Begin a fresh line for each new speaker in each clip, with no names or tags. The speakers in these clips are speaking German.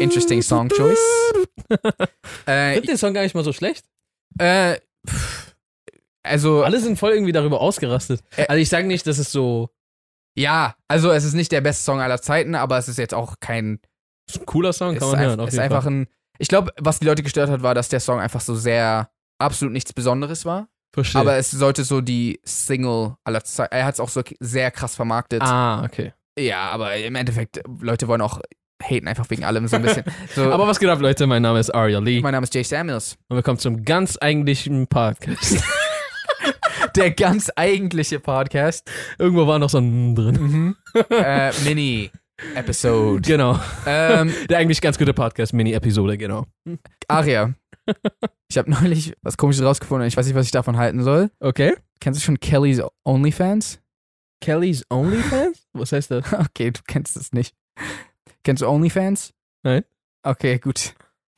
Interesting Song Choice. Äh,
Finde den Song gar nicht mal so schlecht.
äh, pff, also,
Alle sind voll irgendwie darüber ausgerastet.
Äh,
Also ich sage nicht, dass es so
ja, also es ist nicht der beste Song aller Zeiten, aber es ist jetzt auch kein.
ist ein cooler Song,
Es
kann
ist,
man
ein,
hören. Auf
ist
jeden
einfach
Fall.
ein. Ich glaube, was die Leute gestört hat, war, dass der Song einfach so sehr absolut nichts Besonderes war.
Verstehe.
Aber es sollte so die Single aller Zeiten. Er hat es auch so k- sehr krass vermarktet.
ah, okay.
Ja, aber im Endeffekt, Leute wollen auch haten einfach wegen allem so ein bisschen. So,
Aber was geht ab, Leute? Mein Name ist Aria Lee
mein Name ist Jay Samuels.
und willkommen zum ganz eigentlichen Podcast.
Der ganz eigentliche Podcast.
Irgendwo war noch so ein drin.
Mhm. äh, Mini-Episode.
Genau.
ähm,
Der eigentlich ganz gute Podcast, Mini-Episode, genau.
Aria. Ich habe neulich was komisches rausgefunden. und Ich weiß nicht, was ich davon halten soll.
Okay.
Kennst du schon Kellys OnlyFans?
Kelly's OnlyFans? Was heißt das?
Okay, du kennst es nicht. Kennst du OnlyFans?
Nein.
Okay, gut.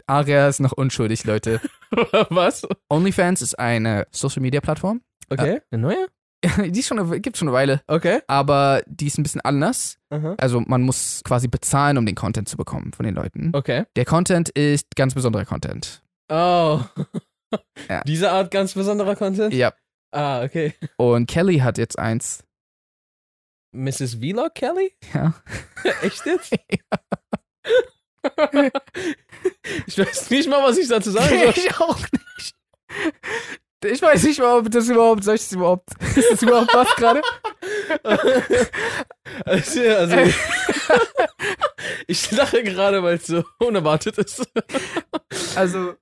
Aria ist noch unschuldig, Leute.
was?
OnlyFans ist eine Social-Media-Plattform.
Okay. Ah, Eine neue?
Die ist schon eine, gibt's schon eine Weile,
Okay.
aber die ist ein bisschen anders.
Aha.
Also man muss quasi bezahlen, um den Content zu bekommen von den Leuten.
Okay.
Der Content ist ganz besonderer Content.
Oh.
Ja.
Diese Art ganz besonderer Content?
Ja.
Ah, okay.
Und Kelly hat jetzt eins.
Mrs. Vlog Kelly?
Ja.
Echt jetzt? ich weiß nicht mal, was ich dazu sagen soll.
ich auch nicht. Ich weiß nicht, mal, ob das überhaupt, soll ich das überhaupt, ist das überhaupt was gerade?
Also, also ich lache gerade, weil es so unerwartet ist.
Also,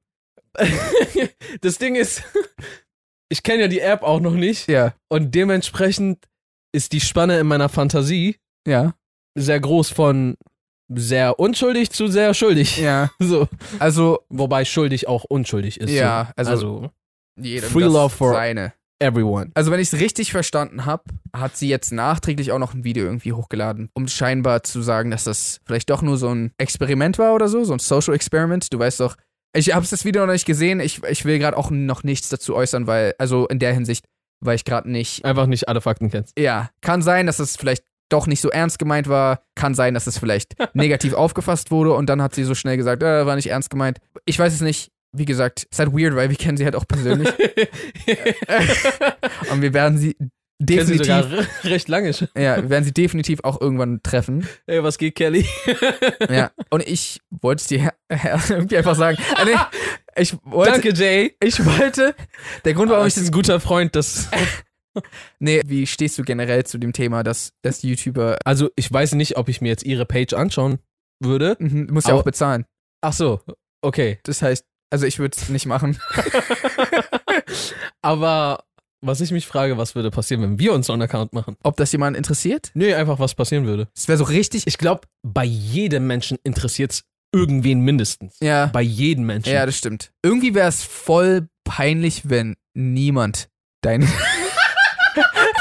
Das Ding ist, ich kenne ja die App auch noch nicht
ja,
und dementsprechend ist die Spanne in meiner Fantasie
ja,
sehr groß von sehr unschuldig zu sehr schuldig.
ja.
So.
Also,
Wobei schuldig auch unschuldig ist.
Ja,
so.
also-
also
jedem
Free
das
love for-
seine.
everyone.
Also, wenn ich es richtig verstanden habe, hat sie jetzt nachträglich auch noch ein Video irgendwie hochgeladen, um scheinbar zu sagen, dass das vielleicht doch nur so ein Experiment war oder so, so ein Social Experiment. Du weißt doch, ich habe das Video noch nicht gesehen. Ich, ich will gerade auch noch nichts dazu äußern, weil, also in der Hinsicht, weil ich gerade nicht.
Einfach nicht alle Fakten kennst.
Ja, kann sein, dass es vielleicht doch nicht so ernst gemeint war. Kann sein, dass es vielleicht negativ aufgefasst wurde und dann hat sie so schnell gesagt, äh, war nicht ernst gemeint. Ich weiß es nicht. Wie gesagt, ist halt weird, weil wir kennen sie halt auch persönlich. Und wir werden sie
Kennen sie
definitiv,
sogar re- recht lange schon.
ja, wir werden sie definitiv auch irgendwann treffen.
Ey, was geht, Kelly?
Ja. Und ich wollte es dir irgendwie einfach sagen. Äh, nee, ich wollte,
Danke, Ah, Jay.
ich wollte. Der Grund, warum
Aber
ich
ich
das,
ein guter Freund, das.
nee, wie stehst du generell zu dem Thema, dass, dass YouTuber,
Also, ich weiß nicht, ob ich mir jetzt ihre Page anschauen würde.
mhm, du musst ja
Aber-
auch bezahlen.
Ach so, okay.
Das heißt, also ich würde es nicht machen.
Aber was ich mich frage, was würde passieren, wenn wir uns so einen Account machen?
Ob das jemanden interessiert?
Nee, einfach was passieren würde.
Das wäre so richtig.
Ich glaube, bei jedem Menschen interessiert es irgendwen mindestens.
Ja.
Bei jedem Menschen.
Ja, das stimmt. Irgendwie wäre es voll peinlich, wenn niemand deinen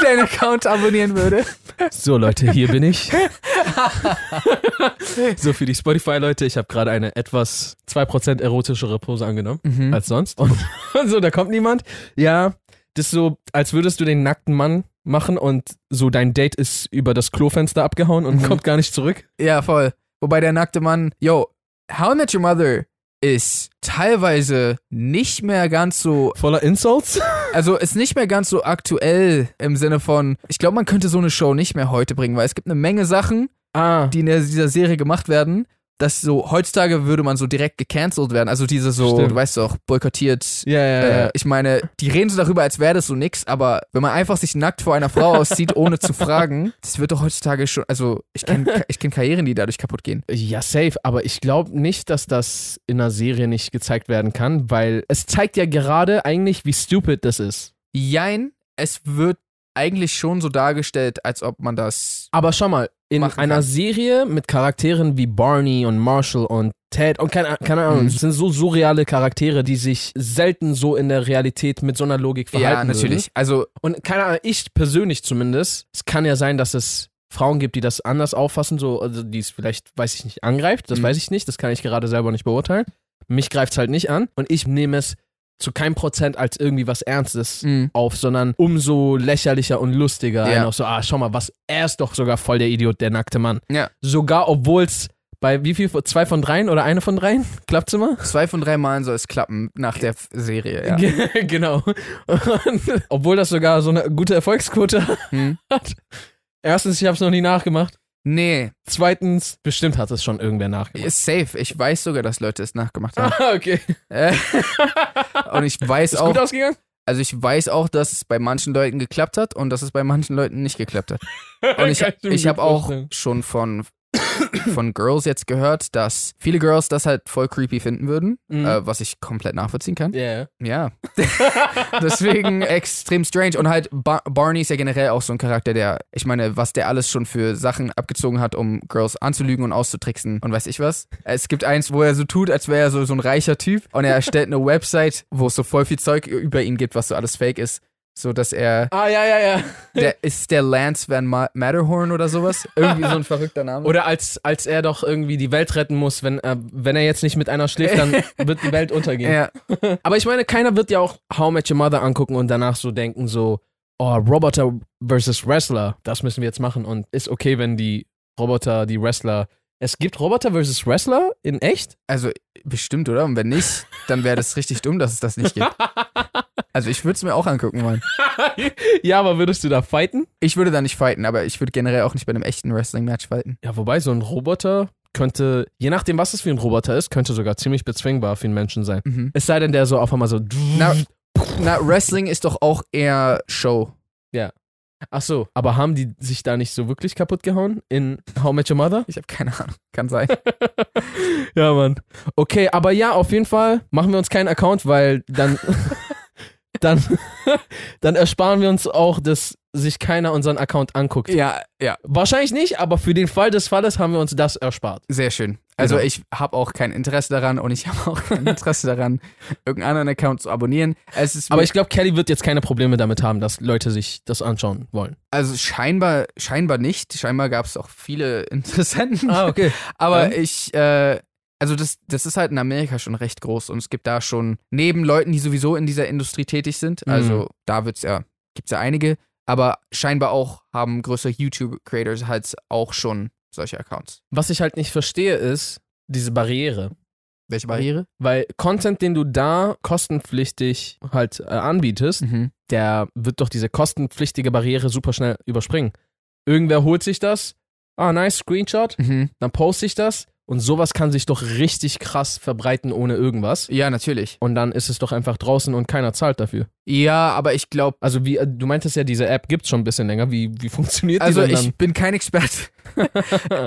deinen Account abonnieren würde.
So, Leute, hier bin ich. so, für die Spotify-Leute, ich habe gerade eine etwas 2% erotischere Pose angenommen.
Mhm.
als sonst. Und, so, da kommt niemand. Ja, das ist so, als würdest du den nackten Mann machen und so dein Date ist über das Klofenster abgehauen und
Mhm.
kommt gar nicht zurück.
Ja, voll. Wobei der nackte Mann, yo, How I Met Your Mother ist teilweise nicht mehr ganz so,
Voller Insults.
also ist nicht mehr ganz so aktuell im Sinne von, ich glaube, man könnte so eine Show nicht mehr heute bringen, weil es gibt eine Menge Sachen,
Ah.
die in der, dieser Serie gemacht werden, dass so, heutzutage würde man so direkt gecancelt werden, also diese so,
Stimmt.
du weißt doch, boykottiert.
Ja, ja, ja.
Äh, ich meine, die reden so darüber, als wäre das so nix, aber wenn man einfach sich nackt vor einer Frau auszieht, ohne zu fragen, das wird doch heutzutage schon, also ich kenne ich kenn Karrieren, die dadurch kaputt gehen.
Ja, safe, aber ich glaube nicht, dass das in einer Serie nicht gezeigt werden kann, weil es zeigt ja gerade eigentlich, wie stupid das ist.
Jein, es wird eigentlich schon so dargestellt, als ob man das.
Aber schau mal, in
Machen
einer
kann.
Serie mit Charakteren wie Barney und Marshall und Ted und keine, Ah- keine Ahnung,
Mhm.
es sind so surreale Charaktere, die sich selten so in der Realität mit so einer Logik verhalten.
ja, natürlich. Also,
Würden. Und keine Ahnung, ich persönlich zumindest, es kann ja sein, dass es Frauen gibt, die das anders auffassen, so, also die es vielleicht, weiß ich nicht, angreift, das
Mhm.
weiß ich nicht, das kann ich gerade selber nicht beurteilen. Mich greift es halt nicht an und ich nehme es zu keinem Prozent als irgendwie was Ernstes
Mhm.
auf, sondern umso lächerlicher und lustiger.
Ja.
Ja. Auch so, ah, schau mal, was, er ist doch sogar voll der Idiot, der nackte Mann.
Ja.
Sogar, obwohl es bei wie viel, zwei von dreien oder eine von dreien? Klappt's immer?
Zwei von drei Malen soll es klappen nach der F- Serie, ja.
Ge- genau. Und, obwohl das sogar so eine gute Erfolgsquote
Hm?
hat. Erstens, ich habe es noch nie nachgemacht.
Nee,
Zweitens, bestimmt hat es schon irgendwer nachgemacht.
ist safe. Ich weiß sogar, dass Leute es nachgemacht haben.
Ah, okay.
Äh, und ich weiß
Ist gut
auch,
ausgegangen?
also ich weiß auch, dass es bei manchen Leuten geklappt hat und dass es bei manchen Leuten nicht geklappt hat. Und ich,
Kann mir
ich
gut
habe auch
vorstellen.
schon von, von Girls jetzt gehört, dass viele Girls das halt voll creepy finden würden,
Mhm.
äh, was ich komplett nachvollziehen kann.
Ja.
Ja. Deswegen extrem strange. Und halt, Bar Barney ist ja generell auch so ein Charakter, der, ich meine, was der alles schon für Sachen abgezogen hat, um Girls anzulügen und auszutricksen und weiß ich was. Es gibt eins, wo er so tut, als wäre er so, so ein reicher Typ und er erstellt eine Website, wo es so voll viel Zeug über ihn gibt, was so alles fake ist. So dass er.
Ah, ja, ja, ja.
Der, ist der Lance Van Ma Matterhorn oder sowas? Irgendwie so ein verrückter Name.
Oder als, als er doch irgendwie die Welt retten muss, wenn, äh, wenn er jetzt nicht mit einer schläft, dann wird die Welt untergehen.
ja.
Aber ich meine, keiner wird ja auch How I Met Your Mother angucken und danach so denken, so, oh, Roboter versus Wrestler, das müssen wir jetzt machen. Und ist okay, wenn die Roboter, die Wrestler. Es gibt Roboter versus Wrestler in echt?
Also bestimmt, oder? Und wenn nicht, dann wäre das richtig dumm, dass es das nicht gibt. Also ich würde es mir auch angucken wollen.
ja, aber würdest du da fighten?
Ich würde da nicht fighten, aber ich würde generell auch nicht bei einem echten Wrestling-Match fighten.
Ja, wobei so ein Roboter könnte, je nachdem, was es für ein Roboter ist, könnte sogar ziemlich bezwingbar für einen Menschen sein.
Mhm.
Es sei denn, der so auf einmal so.
Na, na, Wrestling ist doch auch eher Show.
Ach so, aber haben die sich da nicht so wirklich kaputt gehauen in How I Met Your Mother?
Ich habe keine Ahnung. Kann sein.
Ja, Mann. Okay, aber ja, auf jeden Fall machen wir uns keinen Account, weil dann dann dann ersparen wir uns auch, dass sich keiner unseren Account anguckt.
ja, ja.
Wahrscheinlich nicht, aber für den Fall des Falles haben wir uns das erspart.
Sehr schön. Also
Genau.
ich habe auch kein Interesse daran und ich habe auch kein Interesse daran, irgendeinen anderen Account zu abonnieren. Es ist
Aber
mir-
ich glaube, Kelly wird jetzt keine Probleme damit haben, dass Leute sich das anschauen wollen.
also scheinbar, scheinbar nicht. Scheinbar gab es auch viele Interessenten.
okay.
Aber
Ähm?
ich, äh, also das, das ist halt in Amerika schon recht groß und es gibt da schon, neben Leuten, die sowieso in dieser Industrie tätig sind,
Mhm.
also da wird's ja, gibt's ja einige, aber scheinbar auch haben größere YouTube-Creators halt auch schon solche Accounts.
Was ich halt nicht verstehe, ist diese Barriere.
Welche Barriere?
Weil Content, den du da kostenpflichtig halt äh, anbietest,
Mhm.
der wird doch diese kostenpflichtige Barriere super schnell überspringen. Irgendwer holt sich das, ah, nice, Screenshot,
Mhm.
dann poste ich das und sowas kann sich doch richtig krass verbreiten ohne irgendwas.
Ja, natürlich.
Und dann ist es doch einfach draußen und keiner zahlt dafür.
Ja, aber ich glaube,
Also wie, äh, du meintest ja, diese App gibt's schon ein bisschen länger. Wie, wie funktioniert die
also
denn dann?
ich bin kein Experte.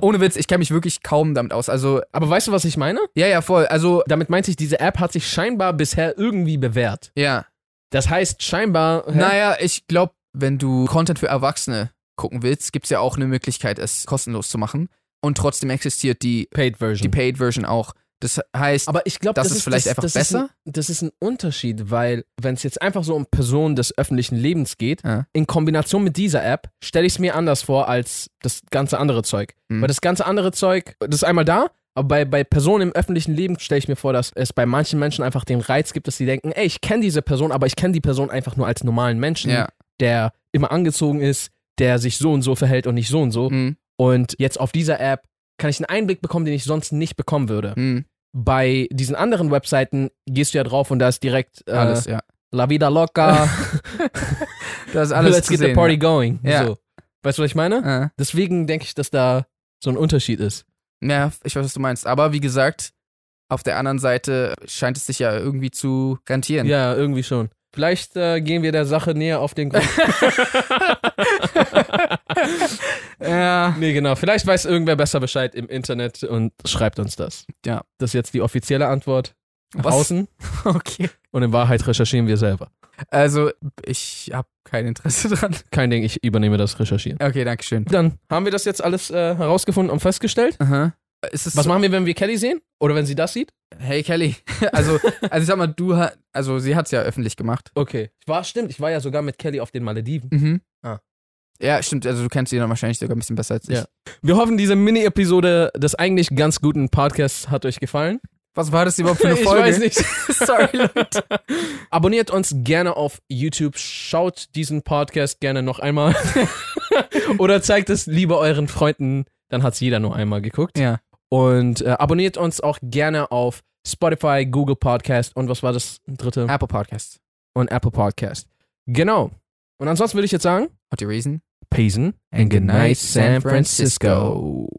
Ohne Witz, ich kenne mich wirklich kaum damit aus. Also,
Aber weißt du, was ich meine?
ja, ja, voll. Also,
Damit meinte ich, diese App hat sich scheinbar bisher irgendwie bewährt.
ja.
Das heißt, scheinbar. hä?
Naja, ich glaube, wenn du Content für Erwachsene gucken willst, gibt es ja auch eine Möglichkeit, es kostenlos zu machen. Und trotzdem existiert die,
Paid Version.
die Paid-Version auch. Das heißt,
Hm. Aber ich glaube,
Das
das,
ist vielleicht
das,
einfach
das
besser?
Ist ein, das ist ein Unterschied, weil wenn es jetzt einfach so um Personen des öffentlichen Lebens geht,
Ja.
in Kombination mit dieser App, stelle ich es mir anders vor als das ganze andere Zeug.
Mhm.
Weil das ganze andere Zeug, das ist einmal da, aber bei, bei Personen im öffentlichen Leben stelle ich mir vor, dass es bei manchen Menschen einfach den Reiz gibt, dass sie denken, ey, ich kenne diese Person, aber ich kenne die Person einfach nur als normalen Menschen,
ja.
der immer angezogen ist, der sich so und so verhält und nicht so und so.
Mhm.
Und jetzt auf dieser App kann ich einen Einblick bekommen, den ich sonst nicht bekommen würde
Mhm.
bei diesen anderen Webseiten gehst du ja drauf und da ist direkt äh,
Alles, ja.
La Vida Loca,
Das ist alles
Let's
zu
get
sehen,
the party going.
Ja.
So. Weißt du, was ich meine?
Ja. Äh.
Deswegen denke ich, dass da so ein Unterschied ist.
ja, ich weiß, was du meinst. Aber wie gesagt, auf der anderen Seite scheint es sich ja irgendwie zu rentieren.
Ja, irgendwie schon. Vielleicht äh, gehen wir der Sache näher auf den Grund.
Ja.
nee, genau. Vielleicht weiß irgendwer besser Bescheid im Internet und schreibt uns das.
Ja.
Das ist jetzt die offizielle Antwort. Nach
Was?
Außen.
Okay.
Und in Wahrheit recherchieren wir selber.
Also, ich habe kein Interesse dran.
Kein Ding, ich übernehme das Recherchieren.
Okay, danke schön.
Dann haben wir das jetzt alles äh, herausgefunden und festgestellt.
Aha. Ist es
Was machen wir, wenn wir Kelly sehen? Oder wenn sie das sieht?
Hey Kelly, also, also ich sag mal, du ha- also sie hat's ja öffentlich gemacht.
Okay. Ich war, stimmt, ich war ja sogar mit Kelly auf den Malediven.
Mhm.
Ah.
Ja, stimmt, also du kennst sie dann wahrscheinlich sogar ein bisschen besser als ich.
Ja. Wir hoffen, diese Mini-Episode des eigentlich ganz guten Podcasts hat euch gefallen.
Was war das überhaupt für eine
ich
Folge?
weiß nicht.
Sorry, Leute.
Abonniert uns gerne auf YouTube, schaut diesen Podcast gerne noch einmal oder zeigt es lieber euren Freunden, dann hat es jeder nur einmal geguckt.
Ja.
Und äh, abonniert uns auch gerne auf Spotify, Google Podcast und was war das dritte?
Apple Podcasts.
Und Apple Podcast. Genau. Und ansonsten würde ich jetzt sagen,
What the reason?
Peace and good night, San Francisco.